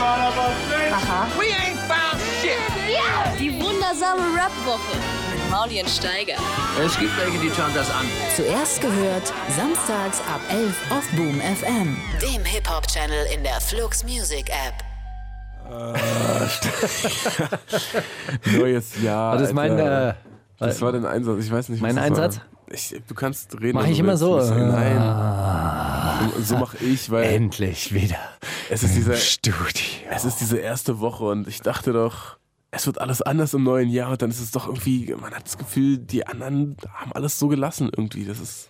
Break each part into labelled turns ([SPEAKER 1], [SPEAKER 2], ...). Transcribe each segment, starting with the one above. [SPEAKER 1] Aha.
[SPEAKER 2] Die wundersame Rap-Woche mit Mauli und Steiger.
[SPEAKER 3] Es gibt welche, die schauen das an.
[SPEAKER 4] Zuerst gehört, samstags ab 11 auf Boom FM.
[SPEAKER 5] dem Hip-Hop-Channel in der Flux Music App.
[SPEAKER 6] Neues Jahr.
[SPEAKER 7] Aber das ist mein,
[SPEAKER 6] Alter.
[SPEAKER 7] äh,
[SPEAKER 6] das war dein Einsatz. Ich weiß nicht, was
[SPEAKER 7] Mein
[SPEAKER 6] das
[SPEAKER 7] Einsatz?
[SPEAKER 6] War. Ich, du kannst reden.
[SPEAKER 7] Mach
[SPEAKER 6] wenn
[SPEAKER 7] ich
[SPEAKER 6] du
[SPEAKER 7] immer
[SPEAKER 6] willst.
[SPEAKER 7] so? äh, Ah.
[SPEAKER 6] Nicht- Nein. So, so mache ich, weil
[SPEAKER 7] Ähm, endlich wieder
[SPEAKER 6] es ist diese,
[SPEAKER 7] Studio.
[SPEAKER 6] es ist diese erste Woche und ich dachte doch, es wird alles anders im neuen Jahr und dann ist es doch irgendwie, man hat das Gefühl, die anderen haben alles so gelassen irgendwie. Das ist,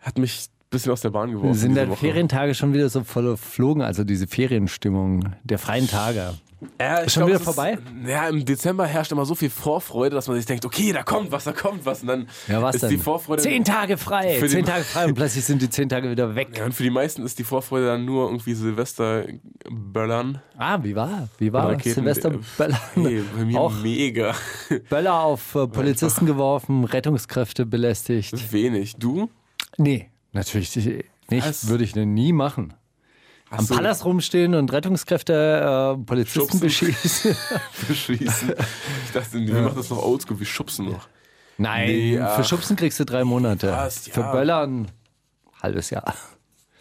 [SPEAKER 6] hat mich ein bisschen aus der Bahn geworfen.
[SPEAKER 7] Sind
[SPEAKER 6] diese
[SPEAKER 7] da
[SPEAKER 6] Woche.
[SPEAKER 7] Ferientage schon wieder so verflogen, also diese Ferienstimmung der freien Tage?
[SPEAKER 6] Ja, ich
[SPEAKER 7] Ist schon wieder
[SPEAKER 6] es ist-
[SPEAKER 7] vorbei?
[SPEAKER 6] Ja, im Dezember herrscht immer so viel Vorfreude, dass man sich denkt, okay, da kommt was, da kommt was. Und dann
[SPEAKER 7] Ja, was
[SPEAKER 6] ist
[SPEAKER 7] denn?
[SPEAKER 6] die Vorfreude.
[SPEAKER 7] zehn Tage frei,
[SPEAKER 6] Für die-
[SPEAKER 7] zehn Tage frei und plötzlich sind die zehn Tage wieder weg.
[SPEAKER 6] Ja, und für die meisten ist die Vorfreude dann nur irgendwie Silvester Böllern.
[SPEAKER 7] Ah, wie war? Wie war
[SPEAKER 6] Raketen-
[SPEAKER 7] Silvester
[SPEAKER 6] äh,
[SPEAKER 7] Böller,
[SPEAKER 6] Hey, bei mir
[SPEAKER 7] Auch-
[SPEAKER 6] mega
[SPEAKER 7] Böller auf äh, Polizisten geworfen, Rettungskräfte belästigt?
[SPEAKER 6] wenig. Du?
[SPEAKER 7] Nee, natürlich nicht.
[SPEAKER 6] Was?
[SPEAKER 7] Würde ich denn nie machen. Am
[SPEAKER 6] Hast du
[SPEAKER 7] Palast rumstehen und Rettungskräfte äh, Polizisten
[SPEAKER 6] Schubsen.
[SPEAKER 7] beschießen.
[SPEAKER 6] beschießen. Ich dachte, wir machen das noch oldschool, wir schubsen noch.
[SPEAKER 7] Nein,
[SPEAKER 6] Nee,
[SPEAKER 7] für
[SPEAKER 6] ach.
[SPEAKER 7] Schubsen kriegst du drei Monate.
[SPEAKER 6] Passt, ja.
[SPEAKER 7] Für Böllern ein halbes Jahr.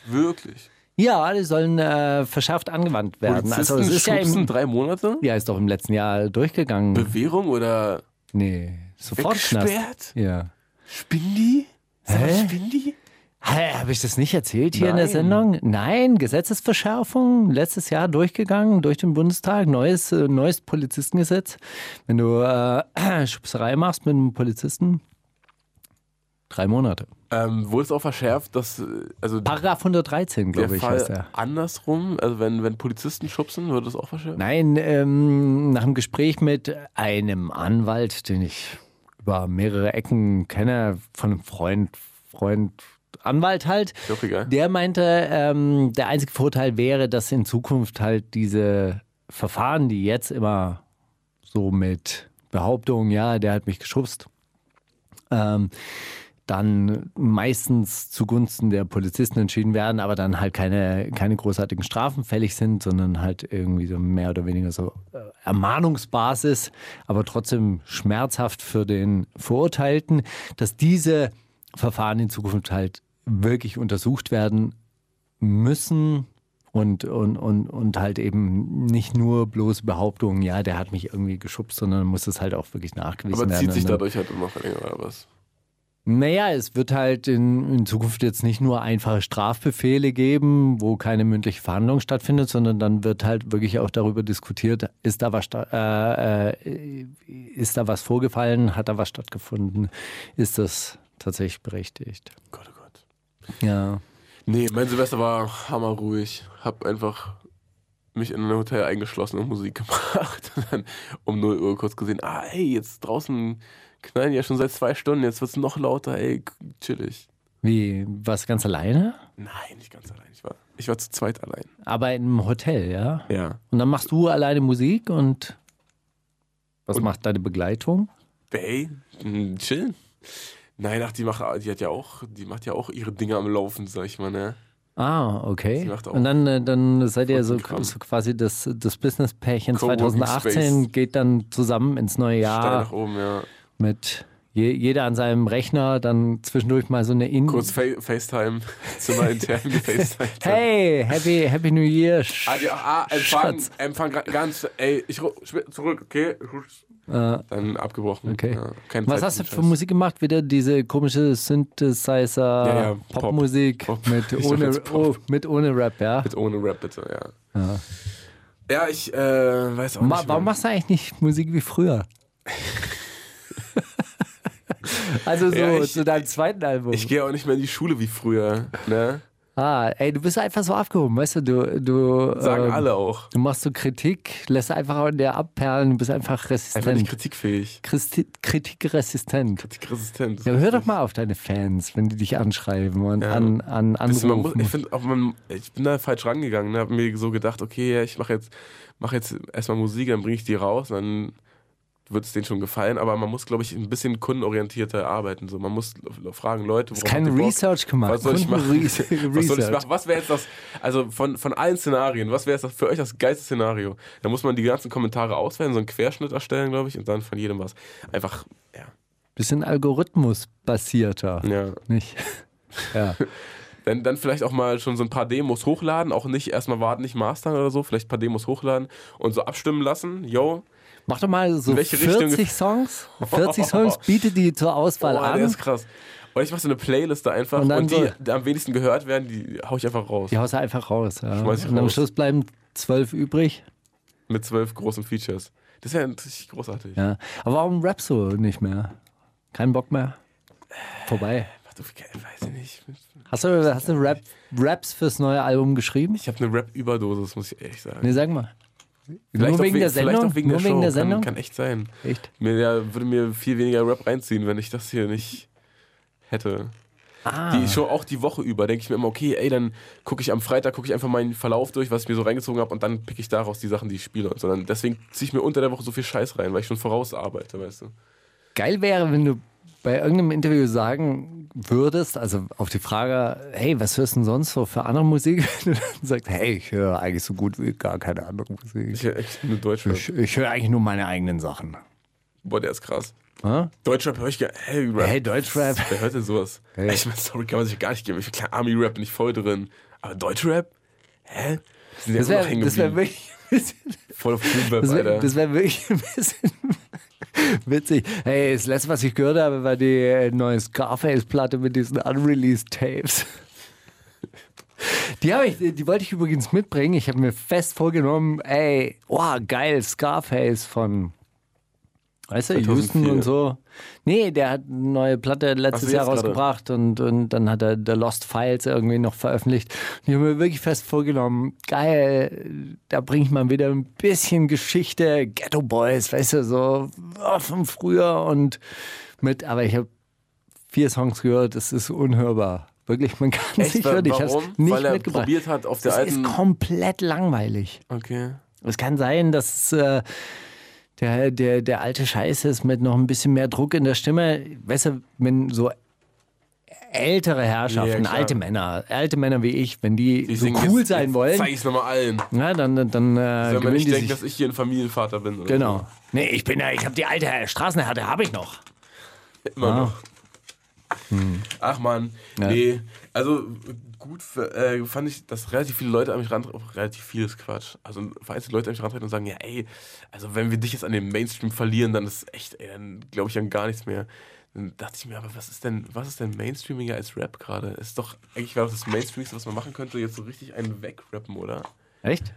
[SPEAKER 6] Wirklich.
[SPEAKER 7] Ja, die sollen äh, verschärft angewandt werden. Also es
[SPEAKER 6] Polizisten
[SPEAKER 7] ist ja
[SPEAKER 6] schubsen
[SPEAKER 7] im,
[SPEAKER 6] drei Monate?
[SPEAKER 7] ja, ist doch im letzten Jahr durchgegangen.
[SPEAKER 6] Bewährung oder
[SPEAKER 7] Nee, sofort Knast.
[SPEAKER 6] weggesperrt?
[SPEAKER 7] Ja.
[SPEAKER 6] Spindi? Sag mal,
[SPEAKER 7] Hä?
[SPEAKER 6] Spindi?
[SPEAKER 7] Hä, habe ich das nicht erzählt hier in der
[SPEAKER 6] Nein.
[SPEAKER 7] Sendung? Nein, Gesetzesverschärfung, letztes Jahr durchgegangen durch den Bundestag, neues, äh, neues Polizistengesetz. Wenn du äh, Schubserei machst mit einem Polizisten, drei Monate.
[SPEAKER 6] Ähm, wurde es auch verschärft, dass äh, also
[SPEAKER 7] Paragraph 113,
[SPEAKER 6] der
[SPEAKER 7] glaube ich, heißt
[SPEAKER 6] Fall
[SPEAKER 7] er.
[SPEAKER 6] andersrum, also wenn, wenn Polizisten schubsen, würde das auch verschärft?
[SPEAKER 7] Nein, ähm, nach einem Gespräch mit einem Anwalt, den ich über mehrere Ecken kenne, von einem Freund, Freund, Anwalt halt,
[SPEAKER 6] Ist doch egal.
[SPEAKER 7] Der meinte, ähm, der einzige Vorteil wäre, dass in Zukunft halt diese Verfahren, die jetzt immer so mit Behauptungen, ja, der hat mich geschubst, ähm, dann meistens zugunsten der Polizisten entschieden werden, aber dann halt keine, keine großartigen Strafen fällig sind, sondern halt irgendwie so mehr oder weniger so äh, Ermahnungsbasis, aber trotzdem schmerzhaft für den Verurteilten, dass diese Verfahren in Zukunft halt wirklich untersucht werden müssen und, und, und, und halt eben nicht nur bloß Behauptungen, ja, der hat mich irgendwie geschubst, sondern muss es halt auch wirklich nachgewiesen
[SPEAKER 6] Aber
[SPEAKER 7] werden.
[SPEAKER 6] zieht sich
[SPEAKER 7] Und dann-
[SPEAKER 6] dadurch halt immer noch länger oder was?
[SPEAKER 7] naja, es wird halt in, in Zukunft jetzt nicht nur einfache Strafbefehle geben, wo keine mündliche Verhandlung stattfindet, sondern dann wird halt wirklich auch darüber diskutiert, ist da was, sta- äh, äh, ist da was vorgefallen, hat da was stattgefunden, ist das tatsächlich berechtigt.
[SPEAKER 6] Gott, oh Gott.
[SPEAKER 7] Ja.
[SPEAKER 6] Nee, mein Silvester war hammerruhig. Hab einfach mich in ein Hotel eingeschlossen und Musik gemacht. Und dann um 0 Uhr kurz gesehen, ah, hey, jetzt draußen knallen ja schon seit zwei Stunden, jetzt wird's noch lauter, ey, k- chillig.
[SPEAKER 7] Wie, was ganz alleine?
[SPEAKER 6] Nein, nicht ganz allein. Ich war, ich war zu zweit allein.
[SPEAKER 7] Aber in einem Hotel, ja?
[SPEAKER 6] Ja.
[SPEAKER 7] Und dann machst du alleine Musik und was
[SPEAKER 6] Und-
[SPEAKER 7] macht deine Begleitung?
[SPEAKER 6] Hey, mh, chillen. Nein, ach, die macht, die hat ja auch, die macht ja auch ihre Dinge am Laufen, sag ich mal, ne?
[SPEAKER 7] Ah, okay.
[SPEAKER 6] Sie macht auch
[SPEAKER 7] Und dann, äh, dann seid ihr so,
[SPEAKER 6] den Kram.
[SPEAKER 7] so quasi das, das Business-Pärchen
[SPEAKER 6] Coworking
[SPEAKER 7] 2018,
[SPEAKER 6] Space.
[SPEAKER 7] geht dann zusammen ins neue
[SPEAKER 6] Steil nach
[SPEAKER 7] Jahr
[SPEAKER 6] oben, ja.
[SPEAKER 7] mit je, jeder an seinem Rechner, dann zwischendurch mal so eine In.
[SPEAKER 6] Kurz Fa FaceTime, Zimmer intern gefacetimed.
[SPEAKER 7] Hey, happy, happy New Year. Sch-
[SPEAKER 6] Ah, die, ah Empfang,
[SPEAKER 7] Schatz.
[SPEAKER 6] Empfang gra- ganz, ey, ich ru- schw- zurück, okay? Ich ruf's. Dann abgebrochen.
[SPEAKER 7] Ah. Okay.
[SPEAKER 6] Ja, keine
[SPEAKER 7] Was
[SPEAKER 6] Zeit
[SPEAKER 7] hast du
[SPEAKER 6] den
[SPEAKER 7] für
[SPEAKER 6] Scheiß.
[SPEAKER 7] Musik gemacht? Wieder diese komische
[SPEAKER 6] Ja, ja, Pop.
[SPEAKER 7] Synthesizer-Popmusik
[SPEAKER 6] Pop. Ich
[SPEAKER 7] mit,
[SPEAKER 6] sag
[SPEAKER 7] ohne,
[SPEAKER 6] jetzt Pop.
[SPEAKER 7] oh, mit ohne Rap, ja?
[SPEAKER 6] Mit ohne Rap, bitte, ja. Ja, ich äh, weiß auch
[SPEAKER 7] Ma
[SPEAKER 6] nicht.
[SPEAKER 7] warum
[SPEAKER 6] man-
[SPEAKER 7] machst du eigentlich nicht Musik wie früher? also so
[SPEAKER 6] Ja, ich-
[SPEAKER 7] zu deinem zweiten Album.
[SPEAKER 6] ich gehe auch nicht mehr in die Schule wie früher. Ne?
[SPEAKER 7] ah, ey, du bist einfach so abgehoben, weißt du, du, du
[SPEAKER 6] Sagen
[SPEAKER 7] ähm,
[SPEAKER 6] alle auch.
[SPEAKER 7] Du machst so Kritik, lässt einfach an der abperlen, du bist einfach
[SPEAKER 6] Einfach
[SPEAKER 7] resistent.
[SPEAKER 6] nicht kritikfähig.
[SPEAKER 7] Christi- Kritikresistent.
[SPEAKER 6] Kritikresistent.
[SPEAKER 7] Ja, hör doch mal auf deine Fans, wenn die dich anschreiben und
[SPEAKER 6] Ja.
[SPEAKER 7] an, an
[SPEAKER 6] Wisst ihr, Also
[SPEAKER 7] anrufen.
[SPEAKER 6] Man muss, ich, find, auch man, ich bin da falsch rangegangen, ne? habe mir so gedacht, okay, ja, ich mache jetzt, mach jetzt erstmal Musik, dann bringe ich die raus, dann wird es denen schon gefallen, aber man muss, glaube ich, ein bisschen kundenorientierter arbeiten. So, man muss fragen, Leute,
[SPEAKER 7] Ist
[SPEAKER 6] worauf
[SPEAKER 7] keine
[SPEAKER 6] habt ihr Bock?
[SPEAKER 7] Research gemacht.
[SPEAKER 6] Was soll ich machen?
[SPEAKER 7] Kundenresearch.
[SPEAKER 6] Was soll ich machen? Was wäre jetzt das, also von, von allen Szenarien, was wäre jetzt das für euch das geilste Szenario? Da muss man die ganzen Kommentare auswählen, so einen Querschnitt erstellen, glaube ich, und dann von jedem was. Einfach, ja.
[SPEAKER 7] Bisschen algorithmusbasierter.
[SPEAKER 6] ja.
[SPEAKER 7] Nicht? Ja.
[SPEAKER 6] Dann, dann vielleicht auch mal schon so ein paar Demos hochladen, auch nicht erstmal warten, nicht mastern oder so, vielleicht ein paar Demos hochladen und so abstimmen lassen. Yo,
[SPEAKER 7] Mach doch mal so
[SPEAKER 6] In welche
[SPEAKER 7] 40
[SPEAKER 6] Richtung-
[SPEAKER 7] Songs. 40 Songs, biete die zur Auswahl
[SPEAKER 6] Boah, der
[SPEAKER 7] an.
[SPEAKER 6] Oh, ist krass. Und ich mache so eine Playlist da einfach
[SPEAKER 7] Und
[SPEAKER 6] und,
[SPEAKER 7] dann
[SPEAKER 6] die,
[SPEAKER 7] so-
[SPEAKER 6] die am wenigsten gehört werden, die hau ich einfach raus.
[SPEAKER 7] Die haust du einfach raus. Ja.
[SPEAKER 6] Schmeiß ich
[SPEAKER 7] Und am
[SPEAKER 6] raus.
[SPEAKER 7] Schluss bleiben 12 übrig.
[SPEAKER 6] Mit zwölf großen Features. Das wäre natürlich großartig.
[SPEAKER 7] Ja. Aber warum rappst du nicht mehr? Kein Bock mehr? Vorbei.
[SPEAKER 6] Ach, du, weiß ich nicht.
[SPEAKER 7] Hast du, hast du Rap, Raps fürs neue Album geschrieben?
[SPEAKER 6] Ich habe eine Rap-Überdosis, muss ich ehrlich sagen.
[SPEAKER 7] Nee, sag mal.
[SPEAKER 6] Vielleicht
[SPEAKER 7] Nur
[SPEAKER 6] auch
[SPEAKER 7] wegen der Sendung?
[SPEAKER 6] Vielleicht auch wegen
[SPEAKER 7] Nur
[SPEAKER 6] der
[SPEAKER 7] wegen
[SPEAKER 6] Show.
[SPEAKER 7] der Sendung?
[SPEAKER 6] Kann, kann echt sein.
[SPEAKER 7] Echt?
[SPEAKER 6] Mir ja, würde mir viel weniger Rap reinziehen, wenn ich das hier nicht hätte. Die Show auch die Woche über, denke ich mir immer, okay, ey, dann gucke ich am Freitag, gucke ich einfach meinen Verlauf durch, was ich mir so reingezogen habe und dann pick ich daraus die Sachen, die ich spiele. Und so. Dann- Deswegen ziehe ich mir unter der Woche so viel Scheiß rein, weil ich schon vorausarbeite, weißt du.
[SPEAKER 7] Geil wäre, wenn du bei irgendeinem Interview sagen würdest, also auf die Frage, hey, was hörst du denn sonst so für andere Musik? Und dann sagst, hey, ich höre eigentlich so gut wie gar keine andere
[SPEAKER 6] Ich
[SPEAKER 7] Musik.
[SPEAKER 6] höre echt nur Deutschrap.
[SPEAKER 7] Ich, ich höre eigentlich nur meine eigenen Sachen.
[SPEAKER 6] Boah, der ist krass.
[SPEAKER 7] Hä?
[SPEAKER 6] Deutschrap höre ich gerne. Hey, Rap.
[SPEAKER 7] Hey, Deutschrap.
[SPEAKER 6] Wer hört denn sowas?
[SPEAKER 7] Hey.
[SPEAKER 6] Ich meine, sorry, kann man sich gar nicht geben. Ich klar, Army-Rap bin ich voll drin. Aber Deutschrap? Hä? Die sind
[SPEAKER 7] Das
[SPEAKER 6] ja immer noch
[SPEAKER 7] wäre
[SPEAKER 6] hängen
[SPEAKER 7] das wär
[SPEAKER 6] geblieben.
[SPEAKER 7] wirklich, das
[SPEAKER 6] Voll auf Boom-Bap,
[SPEAKER 7] wär,
[SPEAKER 6] Alter.
[SPEAKER 7] das wär wirklich ein bisschen witzig. Hey, das letzte, was ich gehört habe, war die äh, neue Scarface-Platte mit diesen Unreleased Tapes. Die, hab ich, die wollte ich übrigens mitbringen. Ich habe mir fest vorgenommen, ey, wow, geil, Scarface von, weißt du, Houston
[SPEAKER 6] 2004.
[SPEAKER 7] und so. Nee, der hat eine neue Platte letztes
[SPEAKER 6] Ach so,
[SPEAKER 7] Jahr
[SPEAKER 6] jetzt gerade.
[SPEAKER 7] rausgebracht und, und dann hat er The Lost Files irgendwie noch veröffentlicht. Und ich habe mir wirklich fest vorgenommen, geil, da bringe ich mal wieder ein bisschen Geschichte, Ghetto Boys, weißt du, so oh, von früher und mit, aber ich habe vier Songs gehört, es ist unhörbar. Wirklich, man kann es
[SPEAKER 6] Echt?
[SPEAKER 7] nicht hören. Ich habe
[SPEAKER 6] Warum?
[SPEAKER 7] es nicht
[SPEAKER 6] Weil er
[SPEAKER 7] mitgebracht.
[SPEAKER 6] probiert hat auf der
[SPEAKER 7] das
[SPEAKER 6] alten.
[SPEAKER 7] ist komplett langweilig.
[SPEAKER 6] Okay.
[SPEAKER 7] Es kann sein, dass äh, der, der, der alte Scheiß ist mit noch ein bisschen mehr Druck in der Stimme. Weißt du, wenn so ältere
[SPEAKER 6] Ja,
[SPEAKER 7] Herrschaften,
[SPEAKER 6] klar.
[SPEAKER 7] alte Männer, alte Männer wie ich, wenn die,
[SPEAKER 6] Die
[SPEAKER 7] so
[SPEAKER 6] singen
[SPEAKER 7] cool
[SPEAKER 6] jetzt-
[SPEAKER 7] sein
[SPEAKER 6] jetzt
[SPEAKER 7] wollen,
[SPEAKER 6] Zeig ich es nochmal allen.
[SPEAKER 7] na, dann, dann, dann äh,
[SPEAKER 6] Wenn man
[SPEAKER 7] gewinnen
[SPEAKER 6] nicht
[SPEAKER 7] die
[SPEAKER 6] denkt,
[SPEAKER 7] sich.
[SPEAKER 6] dass ich hier ein Familienvater bin. oder
[SPEAKER 7] Genau. Nee, ich bin ja, ich habe die alte Straßenhärte, habe ich noch. Ah,
[SPEAKER 6] so. Immer noch. Ach man,
[SPEAKER 7] Ja.
[SPEAKER 6] nee. Also gut äh, fand ich, dass relativ viele Leute an mich ran, relativ vieles Quatsch. Also vereinzelt Leute an mich rantreten und sagen, ja ey, also wenn wir dich jetzt an den Mainstream verlieren, dann ist echt, ey, dann glaube ich an gar nichts mehr. Dann dachte ich mir, aber was ist denn, was ist denn Mainstreamiger als Rap gerade? Ist doch, eigentlich wäre doch das Mainstreamigste, was man machen könnte, jetzt so richtig einen wegrappen, oder?
[SPEAKER 7] Echt?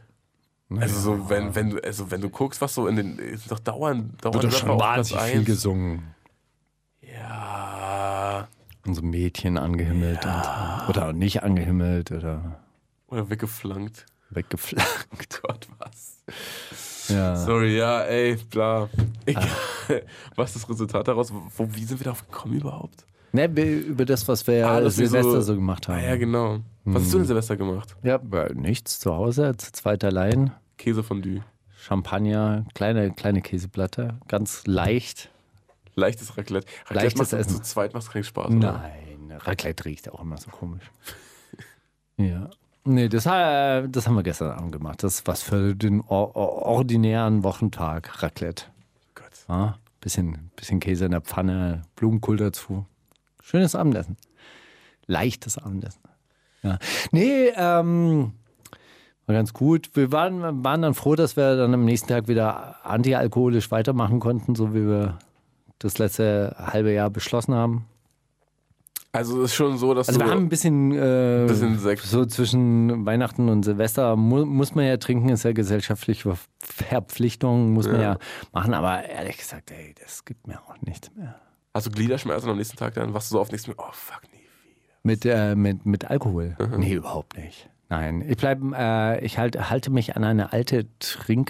[SPEAKER 6] Also so, wenn, wenn du, also wenn du guckst, was so in den, ist doch dauernd, dauernd
[SPEAKER 7] Wird doch schon
[SPEAKER 6] Rapper auf Platz
[SPEAKER 7] wahnsinnig viel
[SPEAKER 6] eins.
[SPEAKER 7] gesungen.
[SPEAKER 6] Ja.
[SPEAKER 7] Und so Mädchen angehimmelt und, oder nicht angehimmelt oder
[SPEAKER 6] Oder weggeflankt.
[SPEAKER 7] weggeflankt.
[SPEAKER 6] Gott, was?
[SPEAKER 7] Ja.
[SPEAKER 6] Sorry, ja, ey, bla. Egal. Was ist das Resultat daraus? Wo, wie sind wir darauf gekommen überhaupt?
[SPEAKER 7] Ne, wir- über das, was wir
[SPEAKER 6] Ah, dass wir
[SPEAKER 7] Silvester so,
[SPEAKER 6] so-
[SPEAKER 7] gemacht haben.
[SPEAKER 6] Ah ja, genau. Was
[SPEAKER 7] Hm.
[SPEAKER 6] hast du denn Silvester gemacht?
[SPEAKER 7] Ja, weil nichts zu Hause, zu zweit allein.
[SPEAKER 6] Käsefondue.
[SPEAKER 7] Champagner, kleine, kleine Käseplatte, ganz leicht.
[SPEAKER 6] Leichtes Raclette. Raclette macht
[SPEAKER 7] Leichtes Essen.
[SPEAKER 6] Zu zweit macht keinen Spaß. Oder?
[SPEAKER 7] Nein, Raclette riecht auch immer so komisch. ja. Nee, das, ha- das haben wir gestern Abend gemacht. Das ist was für den or or- ordinären Wochentag, Raclette.
[SPEAKER 6] Gott.
[SPEAKER 7] Ja, bisschen, bisschen Käse in der Pfanne, Blumenkohl dazu. Schönes Abendessen. Leichtes Abendessen. Ja. Nee, ähm, war ganz gut. Wir waren, waren dann froh, dass wir dann am nächsten Tag wieder antialkoholisch weitermachen konnten, so wie wir das letzte halbe Jahr beschlossen haben.
[SPEAKER 6] Also es ist schon so, dass
[SPEAKER 7] Also
[SPEAKER 6] du.
[SPEAKER 7] wir haben ein bisschen, äh,
[SPEAKER 6] Bisschen Sekt.
[SPEAKER 7] so zwischen Weihnachten und Silvester mu muss man ja trinken, ist ja gesellschaftliche Verpflichtung, muss man ja machen, aber ehrlich gesagt, ey, das gibt mir auch nichts mehr.
[SPEAKER 6] hast du Gliederschmerzen am nächsten Tag dann? Wachst du so auf nichts mehr? Oh, fuck, nee.
[SPEAKER 7] Mit, äh, mit, mit Alkohol?
[SPEAKER 6] Mhm.
[SPEAKER 7] Nee, überhaupt nicht. Nein, ich bleib, äh, ich halt, halte mich an eine alte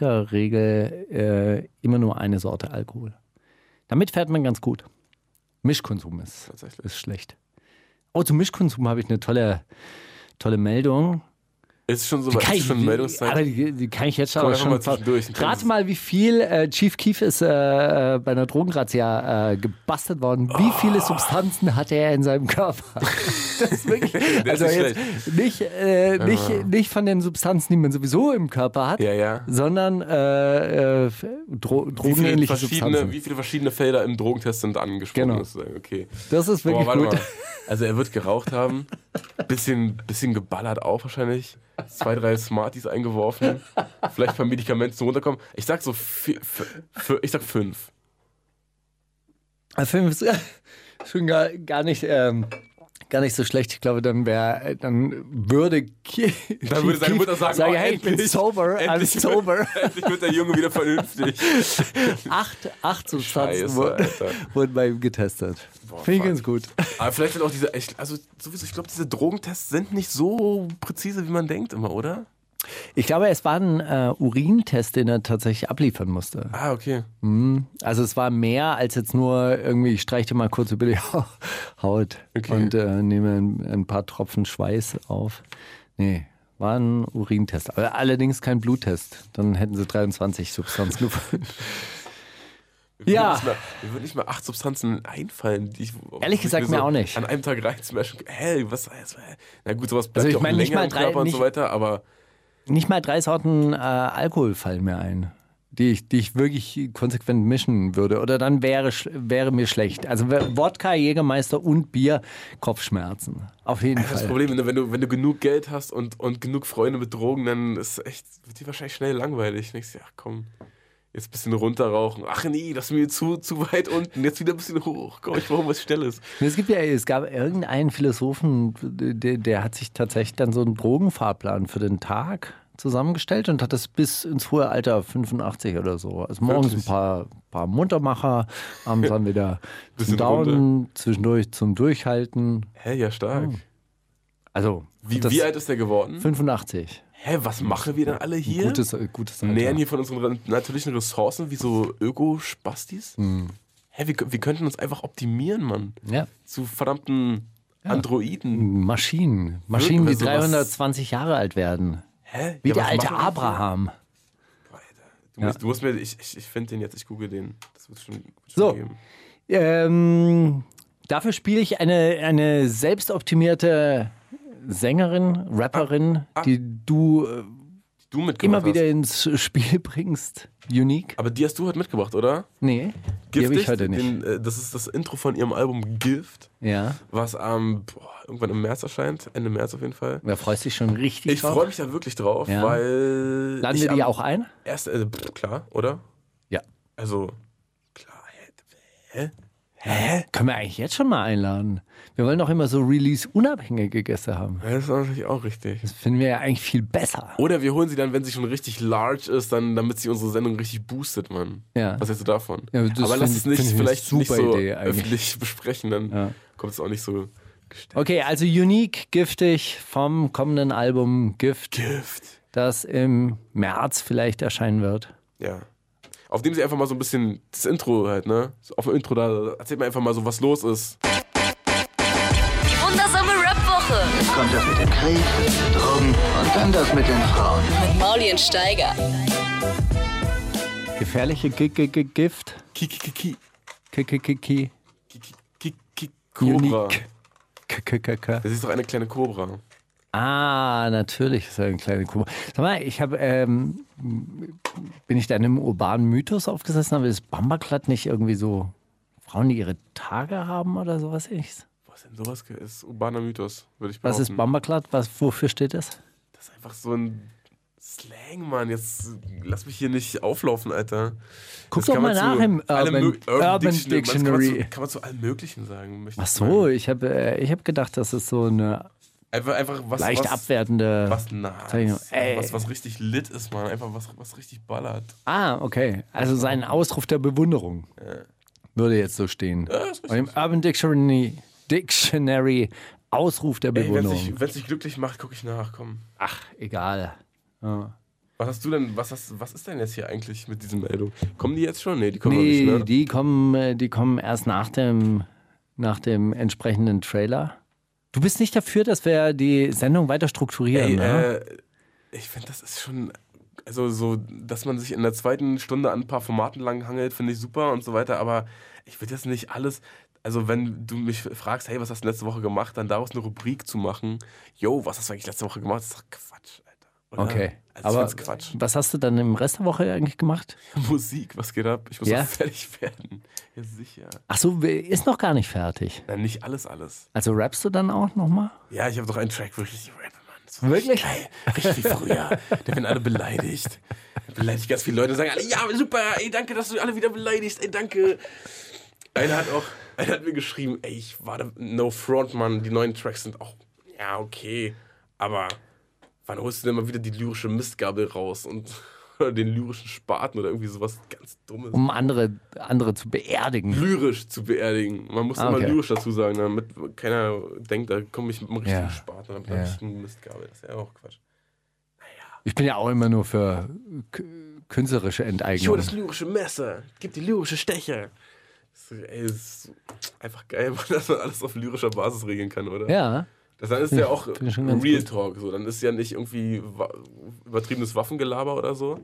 [SPEAKER 7] Trinkerregel, äh, immer nur eine Sorte Alkohol. Damit fährt man ganz gut. Mischkonsum ist,
[SPEAKER 6] Tatsächlich.
[SPEAKER 7] ist schlecht. Oh, zum Mischkonsum habe ich eine tolle, tolle Meldung.
[SPEAKER 6] Es ist schon so weit, es
[SPEAKER 7] Kann
[SPEAKER 6] ist
[SPEAKER 7] ich,
[SPEAKER 6] schon Meldungszeit.
[SPEAKER 7] aber die, die kann ich jetzt schon,
[SPEAKER 6] Komm,
[SPEAKER 7] aber
[SPEAKER 6] einfach
[SPEAKER 7] schon
[SPEAKER 6] mal
[SPEAKER 7] ver-
[SPEAKER 6] zwischendurch.
[SPEAKER 7] Rat mal, wie viel äh, Chief Keef ist äh, äh, bei einer Drogenrazzia äh, gebastelt worden.
[SPEAKER 6] Oh.
[SPEAKER 7] Wie viele Substanzen hatte er in seinem Körper? Das ist wirklich.
[SPEAKER 6] Das
[SPEAKER 7] also
[SPEAKER 6] ist Ah.
[SPEAKER 7] jetzt nicht, äh, nicht, nicht von den Substanzen, die man sowieso im Körper hat,
[SPEAKER 6] Ja, ja.
[SPEAKER 7] sondern äh, äh, Dro
[SPEAKER 6] Wie viele,
[SPEAKER 7] drogenähnliche
[SPEAKER 6] verschiedene,
[SPEAKER 7] Substanzen.
[SPEAKER 6] wie viele verschiedene Felder im Drogentest sind angesprochen?
[SPEAKER 7] Genau.
[SPEAKER 6] Das ist, äh, Okay.
[SPEAKER 7] Das ist
[SPEAKER 6] Boah,
[SPEAKER 7] wirklich
[SPEAKER 6] warte
[SPEAKER 7] gut.
[SPEAKER 6] mal. Also er wird geraucht haben, bisschen, bisschen geballert auch wahrscheinlich, zwei, drei Smarties eingeworfen, vielleicht ein paar Medikamente zum Runterkommen. Ich sag so, vier, f- f- ich sag fünf.
[SPEAKER 7] Der Film ist schon gar, gar nicht. Ähm, Gar nicht so schlecht. Ich glaube, dann wäre, dann würde, Ki
[SPEAKER 6] Dann würde seine Mutter sagen, oh,
[SPEAKER 7] hey, ich bin
[SPEAKER 6] endlich,
[SPEAKER 7] sober, I'm
[SPEAKER 6] endlich wird-
[SPEAKER 7] sober.
[SPEAKER 6] Endlich wird der Junge wieder vernünftig.
[SPEAKER 7] Acht, acht Substanzen
[SPEAKER 6] Scheiße,
[SPEAKER 7] wurden,
[SPEAKER 6] Alter.
[SPEAKER 7] wurden bei ihm getestet. Finde ich
[SPEAKER 6] fuck.
[SPEAKER 7] ganz gut.
[SPEAKER 6] Aber vielleicht sind auch diese, ich- also sowieso, ich glaube, diese Drogentests sind nicht so präzise, wie man denkt immer, oder?
[SPEAKER 7] Ich glaube, es war ein äh, Urintest, den er tatsächlich abliefern musste.
[SPEAKER 6] Ah, okay.
[SPEAKER 7] Also es war mehr als jetzt nur irgendwie, ich streiche dir mal kurz über die Haut
[SPEAKER 6] Okay.
[SPEAKER 7] und äh, nehme ein, ein paar Tropfen Schweiß auf. Nee, war ein Urintest. Aber Allerdings kein Bluttest. Dann hätten sie 23 Substanzen gefunden.
[SPEAKER 6] Mir
[SPEAKER 7] Ja.
[SPEAKER 6] würden nicht mal- Mir würden nicht mal acht Substanzen einfallen, die ich.
[SPEAKER 7] Ehrlich
[SPEAKER 6] ich
[SPEAKER 7] gesagt, mir auch nicht.
[SPEAKER 6] An einem Tag reinzwischen. Hä, was. Na gut, sowas bleibt
[SPEAKER 7] Also ich
[SPEAKER 6] ja auch
[SPEAKER 7] meine, nicht
[SPEAKER 6] länger
[SPEAKER 7] mal
[SPEAKER 6] im
[SPEAKER 7] drei-
[SPEAKER 6] Körper und so
[SPEAKER 7] nicht-
[SPEAKER 6] weiter, aber.
[SPEAKER 7] Nicht mal drei Sorten äh, Alkohol fallen mir ein, die ich, die ich wirklich konsequent mischen würde. Oder dann wäre, sch- wäre mir schlecht. Also w- Wodka, Jägermeister und Bier, Kopfschmerzen. Auf jeden
[SPEAKER 6] Das
[SPEAKER 7] Fall.
[SPEAKER 6] Problem, ne? wenn du, wenn du genug Geld hast und, und genug Freunde mit Drogen, dann ist echt, wird die wahrscheinlich schnell langweilig. Denkst du, ach komm, jetzt ein bisschen runterrauchen. Ach nee, das ist mir zu, zu weit unten. Jetzt wieder ein bisschen hoch. Komm, ich brauche was Schnelles.
[SPEAKER 7] Es gibt ja, es gab irgendeinen Philosophen, der, der hat sich tatsächlich dann so einen Drogenfahrplan für den Tag zusammengestellt und hat das bis ins hohe Alter 85 oder so. Also morgens
[SPEAKER 6] Wirklich?
[SPEAKER 7] ein paar, paar Muntermacher, abends dann wieder zum
[SPEAKER 6] Bisschen
[SPEAKER 7] Downen, zwischendurch zum Durchhalten.
[SPEAKER 6] Hä, ja, stark.
[SPEAKER 7] Also
[SPEAKER 6] Wie,
[SPEAKER 7] Oh, das-
[SPEAKER 6] wie alt ist der geworden?
[SPEAKER 7] 85.
[SPEAKER 6] Hä, was machen wir denn alle hier?
[SPEAKER 7] Gutes, äh, gutes Alter.
[SPEAKER 6] Nähern hier von unseren natürlichen Ressourcen wie so Öko-Spastis? Hä, wir, wir könnten uns einfach optimieren, Mann.
[SPEAKER 7] Hm. Ja. Hm.
[SPEAKER 6] Zu verdammten Androiden.
[SPEAKER 7] Maschinen. Maschinen,
[SPEAKER 6] Oder
[SPEAKER 7] die
[SPEAKER 6] sowas.
[SPEAKER 7] 320 Jahre alt werden.
[SPEAKER 6] Hä?
[SPEAKER 7] Wie
[SPEAKER 6] Ja,
[SPEAKER 7] der
[SPEAKER 6] was
[SPEAKER 7] alte
[SPEAKER 6] machen wir hier?
[SPEAKER 7] Abraham.
[SPEAKER 6] Du, musst, du musst mir, ich, ich, ich finde den jetzt, ich google den. Das wird schon, wird schon
[SPEAKER 7] So.
[SPEAKER 6] geben.
[SPEAKER 7] Ähm, dafür spiele ich eine, eine selbstoptimierte Sängerin,
[SPEAKER 6] Ah,
[SPEAKER 7] Rapperin, die du äh,
[SPEAKER 6] Du mitgebracht
[SPEAKER 7] immer wieder
[SPEAKER 6] Hast.
[SPEAKER 7] ins Spiel bringst. Unique.
[SPEAKER 6] Aber die hast du heute mitgebracht, oder?
[SPEAKER 7] Nee, die habe ich heute nicht.
[SPEAKER 6] Den, äh, das ist das Intro von ihrem Album Gift,
[SPEAKER 7] ja,
[SPEAKER 6] was am boah, irgendwann im März erscheint, Ende März auf jeden Fall.
[SPEAKER 7] da freust du dich schon richtig
[SPEAKER 6] Ich
[SPEAKER 7] drauf.
[SPEAKER 6] freue mich da wirklich drauf,
[SPEAKER 7] Ja.
[SPEAKER 6] weil.
[SPEAKER 7] Laden
[SPEAKER 6] ich
[SPEAKER 7] wir die
[SPEAKER 6] am-
[SPEAKER 7] auch ein?
[SPEAKER 6] Erst, äh, pff, klar, oder?
[SPEAKER 7] Ja.
[SPEAKER 6] Also, klar. hä?
[SPEAKER 7] Können wir eigentlich jetzt schon mal einladen? Wir wollen doch immer so Release-unabhängige Gäste haben.
[SPEAKER 6] Ja, Das ist natürlich auch richtig.
[SPEAKER 7] Das finden wir ja eigentlich viel besser.
[SPEAKER 6] Oder wir holen sie dann, wenn sie schon richtig large ist, dann, damit sie unsere Sendung richtig boostet, Mann.
[SPEAKER 7] Ja.
[SPEAKER 6] Was hältst du davon?
[SPEAKER 7] Ja, das
[SPEAKER 6] Aber lass
[SPEAKER 7] find-
[SPEAKER 6] es nicht
[SPEAKER 7] find ich eine
[SPEAKER 6] vielleicht nicht
[SPEAKER 7] super
[SPEAKER 6] so
[SPEAKER 7] Idee eigentlich.
[SPEAKER 6] öffentlich besprechen, dann
[SPEAKER 7] Ja.
[SPEAKER 6] kommt es auch nicht so gestellt.
[SPEAKER 7] Okay, also Unique, giftig vom kommenden Album Gift,
[SPEAKER 6] Gift.
[SPEAKER 7] das im März vielleicht erscheinen wird.
[SPEAKER 6] Ja. Auf dem sie einfach mal so ein bisschen das Intro halt, ne? So auf dem Intro da erzählt mir einfach mal so, was los ist.
[SPEAKER 2] Die wundersame Rap-Woche
[SPEAKER 1] kommt das mit dem Krieg, mit den Drogen und dann das mit den Frauen.
[SPEAKER 2] mit Maulien Steiger.
[SPEAKER 7] Gefährliche G -G -G Gift.
[SPEAKER 6] Kiki Kiki.
[SPEAKER 7] K -K -K -K
[SPEAKER 6] Kiki Kiki Cobra.
[SPEAKER 7] Unique. K -K -K -K.
[SPEAKER 6] Das ist doch eine kleine Cobra.
[SPEAKER 7] Ah, natürlich ist er ein kleiner Kummer. Sag mal, ich habe, ähm, bin ich da in einem urbanen Mythos aufgesessen? Aber ist Bamberglatt nicht irgendwie so Frauen, die ihre Tage haben oder sowas? ähnliches?
[SPEAKER 6] Was denn sowas? ge- Ist urbaner Mythos, würde ich
[SPEAKER 7] Was ist
[SPEAKER 6] behaupten.
[SPEAKER 7] Bamberglatt? Was, wofür steht das?
[SPEAKER 6] Das ist einfach so ein Slang, Mann. Jetzt lass mich hier nicht auflaufen, Alter.
[SPEAKER 7] Guck
[SPEAKER 6] Das
[SPEAKER 7] doch
[SPEAKER 6] kann man
[SPEAKER 7] mal nach im
[SPEAKER 6] allem
[SPEAKER 7] Urban-
[SPEAKER 6] Mö-
[SPEAKER 7] Urban
[SPEAKER 6] Das Kann man,
[SPEAKER 7] Dictionary.
[SPEAKER 6] zu, kann man zu allem Möglichen sagen. möchte
[SPEAKER 7] Ach
[SPEAKER 6] ich
[SPEAKER 7] so,
[SPEAKER 6] sagen.
[SPEAKER 7] ich habe äh, ich hab gedacht, das ist so eine
[SPEAKER 6] Einfach, einfach was.
[SPEAKER 7] leicht
[SPEAKER 6] was,
[SPEAKER 7] abwertende.
[SPEAKER 6] Was nah.
[SPEAKER 7] Zeichnung. Ey.
[SPEAKER 6] Was, was richtig lit ist, Mann. Einfach was, was richtig ballert.
[SPEAKER 7] Ah, okay. Also sein Ausruf der Bewunderung würde jetzt so stehen. Und Im Urban Dictionary, Dictionary Ausruf der
[SPEAKER 6] Ey, wenn
[SPEAKER 7] Bewunderung.
[SPEAKER 6] es dich, wenn's dich glücklich macht, gucke ich nach. Komm.
[SPEAKER 7] Ach, egal.
[SPEAKER 6] Was hast du denn? Was, hast, was ist denn jetzt hier eigentlich mit diesen Meldungen? Kommen die jetzt schon? Nee, die kommen noch
[SPEAKER 7] Nee,
[SPEAKER 6] nicht, ne?
[SPEAKER 7] die, kommen, äh, die kommen erst nach dem, nach dem entsprechenden Trailer. Du bist nicht dafür, dass wir die Sendung weiter strukturieren,
[SPEAKER 6] Ey,
[SPEAKER 7] ne?
[SPEAKER 6] äh, Ich finde, das ist schon. Also, so, dass man sich in der zweiten Stunde an ein paar Formaten langhangelt, finde ich super und so weiter, aber ich würde jetzt nicht alles. Also, wenn du mich fragst, hey, was hast du letzte Woche gemacht, dann daraus eine Rubrik zu machen, yo, was hast du eigentlich letzte Woche gemacht, das ist doch Quatsch, Alter. oder?
[SPEAKER 7] Okay.
[SPEAKER 6] Also,
[SPEAKER 7] aber
[SPEAKER 6] ich find's Quatsch.
[SPEAKER 7] was hast du dann im Rest der Woche eigentlich gemacht?
[SPEAKER 6] Musik, was geht ab? Ich muss
[SPEAKER 7] Ja?
[SPEAKER 6] noch fertig werden. Ja, sicher.
[SPEAKER 7] Ach so, we- ist noch gar nicht fertig.
[SPEAKER 6] Nein, nicht alles, alles.
[SPEAKER 7] Also rappst du dann auch nochmal?
[SPEAKER 6] Ja, ich habe doch einen Track, wo ich richtig rappe, Mann. Das war
[SPEAKER 7] Wirklich?
[SPEAKER 6] Richtig wie früher. Da werden alle beleidigt. Beleidigt ganz viele Leute sagen alle, ja, super, ey, danke, dass du alle wieder beleidigst, ey, danke. Einer hat auch, einer hat mir geschrieben, ey, ich war da, no front, Mann, die neuen Tracks sind auch, ja, okay, aber wann holst du denn mal wieder die lyrische Mistgabel raus und oder den lyrischen Spaten oder irgendwie sowas ganz Dummes?
[SPEAKER 7] Um andere, andere zu beerdigen.
[SPEAKER 6] lyrisch zu beerdigen. Man muss
[SPEAKER 7] Ah,
[SPEAKER 6] immer
[SPEAKER 7] okay.
[SPEAKER 6] lyrisch dazu sagen, damit keiner denkt, da komme ich mit einem richtigen
[SPEAKER 7] Ja.
[SPEAKER 6] Spaten und mit
[SPEAKER 7] Ja.
[SPEAKER 6] einer richtigen Mistgabel. Das ist ja auch Quatsch.
[SPEAKER 7] Ich bin ja auch immer nur für k- künstlerische
[SPEAKER 6] Ich hol
[SPEAKER 7] Enteignung.
[SPEAKER 6] das lyrische Messer, gib die lyrische Stecher. Das ist, ey, das ist einfach geil, Mann, dass man alles auf lyrischer Basis regeln kann, oder?
[SPEAKER 7] Ja,
[SPEAKER 6] Das dann ist ja auch
[SPEAKER 7] Finde ich schon ganz
[SPEAKER 6] Real
[SPEAKER 7] gut.
[SPEAKER 6] Talk. So. Dann ist ja nicht irgendwie wa- übertriebenes Waffengelaber oder so.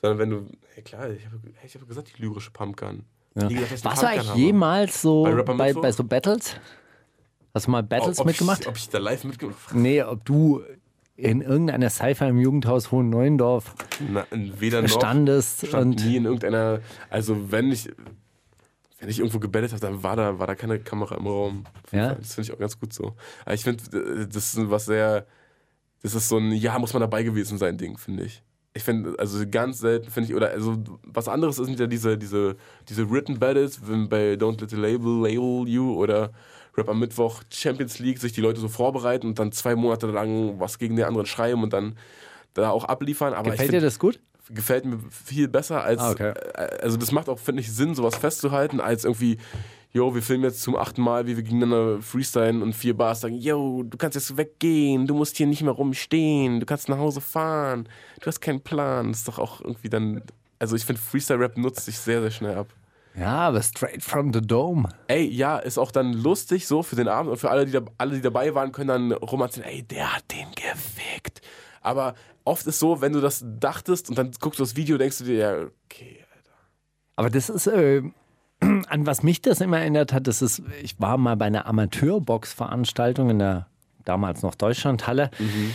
[SPEAKER 6] Sondern wenn du, hey klar, ich habe hey, ich hab gesagt, die lyrische Pumpgun.
[SPEAKER 7] Ja.
[SPEAKER 6] Die gesagt, dass ich eine
[SPEAKER 7] Warst du
[SPEAKER 6] Pumpgun
[SPEAKER 7] eigentlich
[SPEAKER 6] habe.
[SPEAKER 7] jemals so
[SPEAKER 6] Bei
[SPEAKER 7] bei,
[SPEAKER 6] Rapper
[SPEAKER 7] bei,
[SPEAKER 6] Mittwoch?
[SPEAKER 7] so Battles? Hast du mal Battles
[SPEAKER 6] ob
[SPEAKER 7] mitgemacht?
[SPEAKER 6] Ich, ob ich da live mitgemacht habe?
[SPEAKER 7] nee, ob du in irgendeiner Cypher im Jugendhaus Hohen Neuendorf
[SPEAKER 6] Na, weder noch.
[SPEAKER 7] standest
[SPEAKER 6] stand
[SPEAKER 7] und
[SPEAKER 6] nie in irgendeiner. Also wenn ich wenn ich irgendwo gebettelt habe, dann war da war da keine Kamera im Raum. Auf jeden
[SPEAKER 7] Ja?
[SPEAKER 6] Fall. Das finde ich auch ganz gut so. Aber ich finde, äh, das ist was sehr. Das ist so ein ja muss man dabei gewesen sein Ding finde ich. Ich finde also ganz selten finde ich oder also was anderes sind ja diese diese diese written battles wenn bei Don't Let the Label Label You oder Rap am Mittwoch Champions League sich die Leute so vorbereiten und dann zwei Monate lang was gegen den anderen schreiben und dann da auch abliefern. Aber ich
[SPEAKER 7] Gefällt
[SPEAKER 6] find-
[SPEAKER 7] dir das gut?
[SPEAKER 6] gefällt mir viel besser als.
[SPEAKER 7] Ah, okay.
[SPEAKER 6] äh, Also, das macht auch, finde ich, Sinn, sowas festzuhalten, als irgendwie, yo, wir filmen jetzt zum achten Mal, wie wir gegeneinander freestylen und vier Bars sagen, yo, du kannst jetzt weggehen, du musst hier nicht mehr rumstehen, du kannst nach Hause fahren, du hast keinen Plan. Das ist doch auch irgendwie dann. Also, ich finde, Freestyle-Rap nutzt sich sehr, sehr schnell ab.
[SPEAKER 7] Ja, aber straight from the dome.
[SPEAKER 6] Ey, ja, ist auch dann lustig so für den Abend und für alle, die, da, alle, die dabei waren, können dann rumerzählen, ey, der hat den gefickt. Aber oft ist so, wenn du das dachtest und dann guckst du das Video, denkst du dir, ja, okay,
[SPEAKER 7] Aber das ist, äh, an was mich das immer erinnert hat, das ist,
[SPEAKER 6] Mhm.
[SPEAKER 7] ich war mal bei einer Amateurbox-Veranstaltung in der damals noch Deutschlandhalle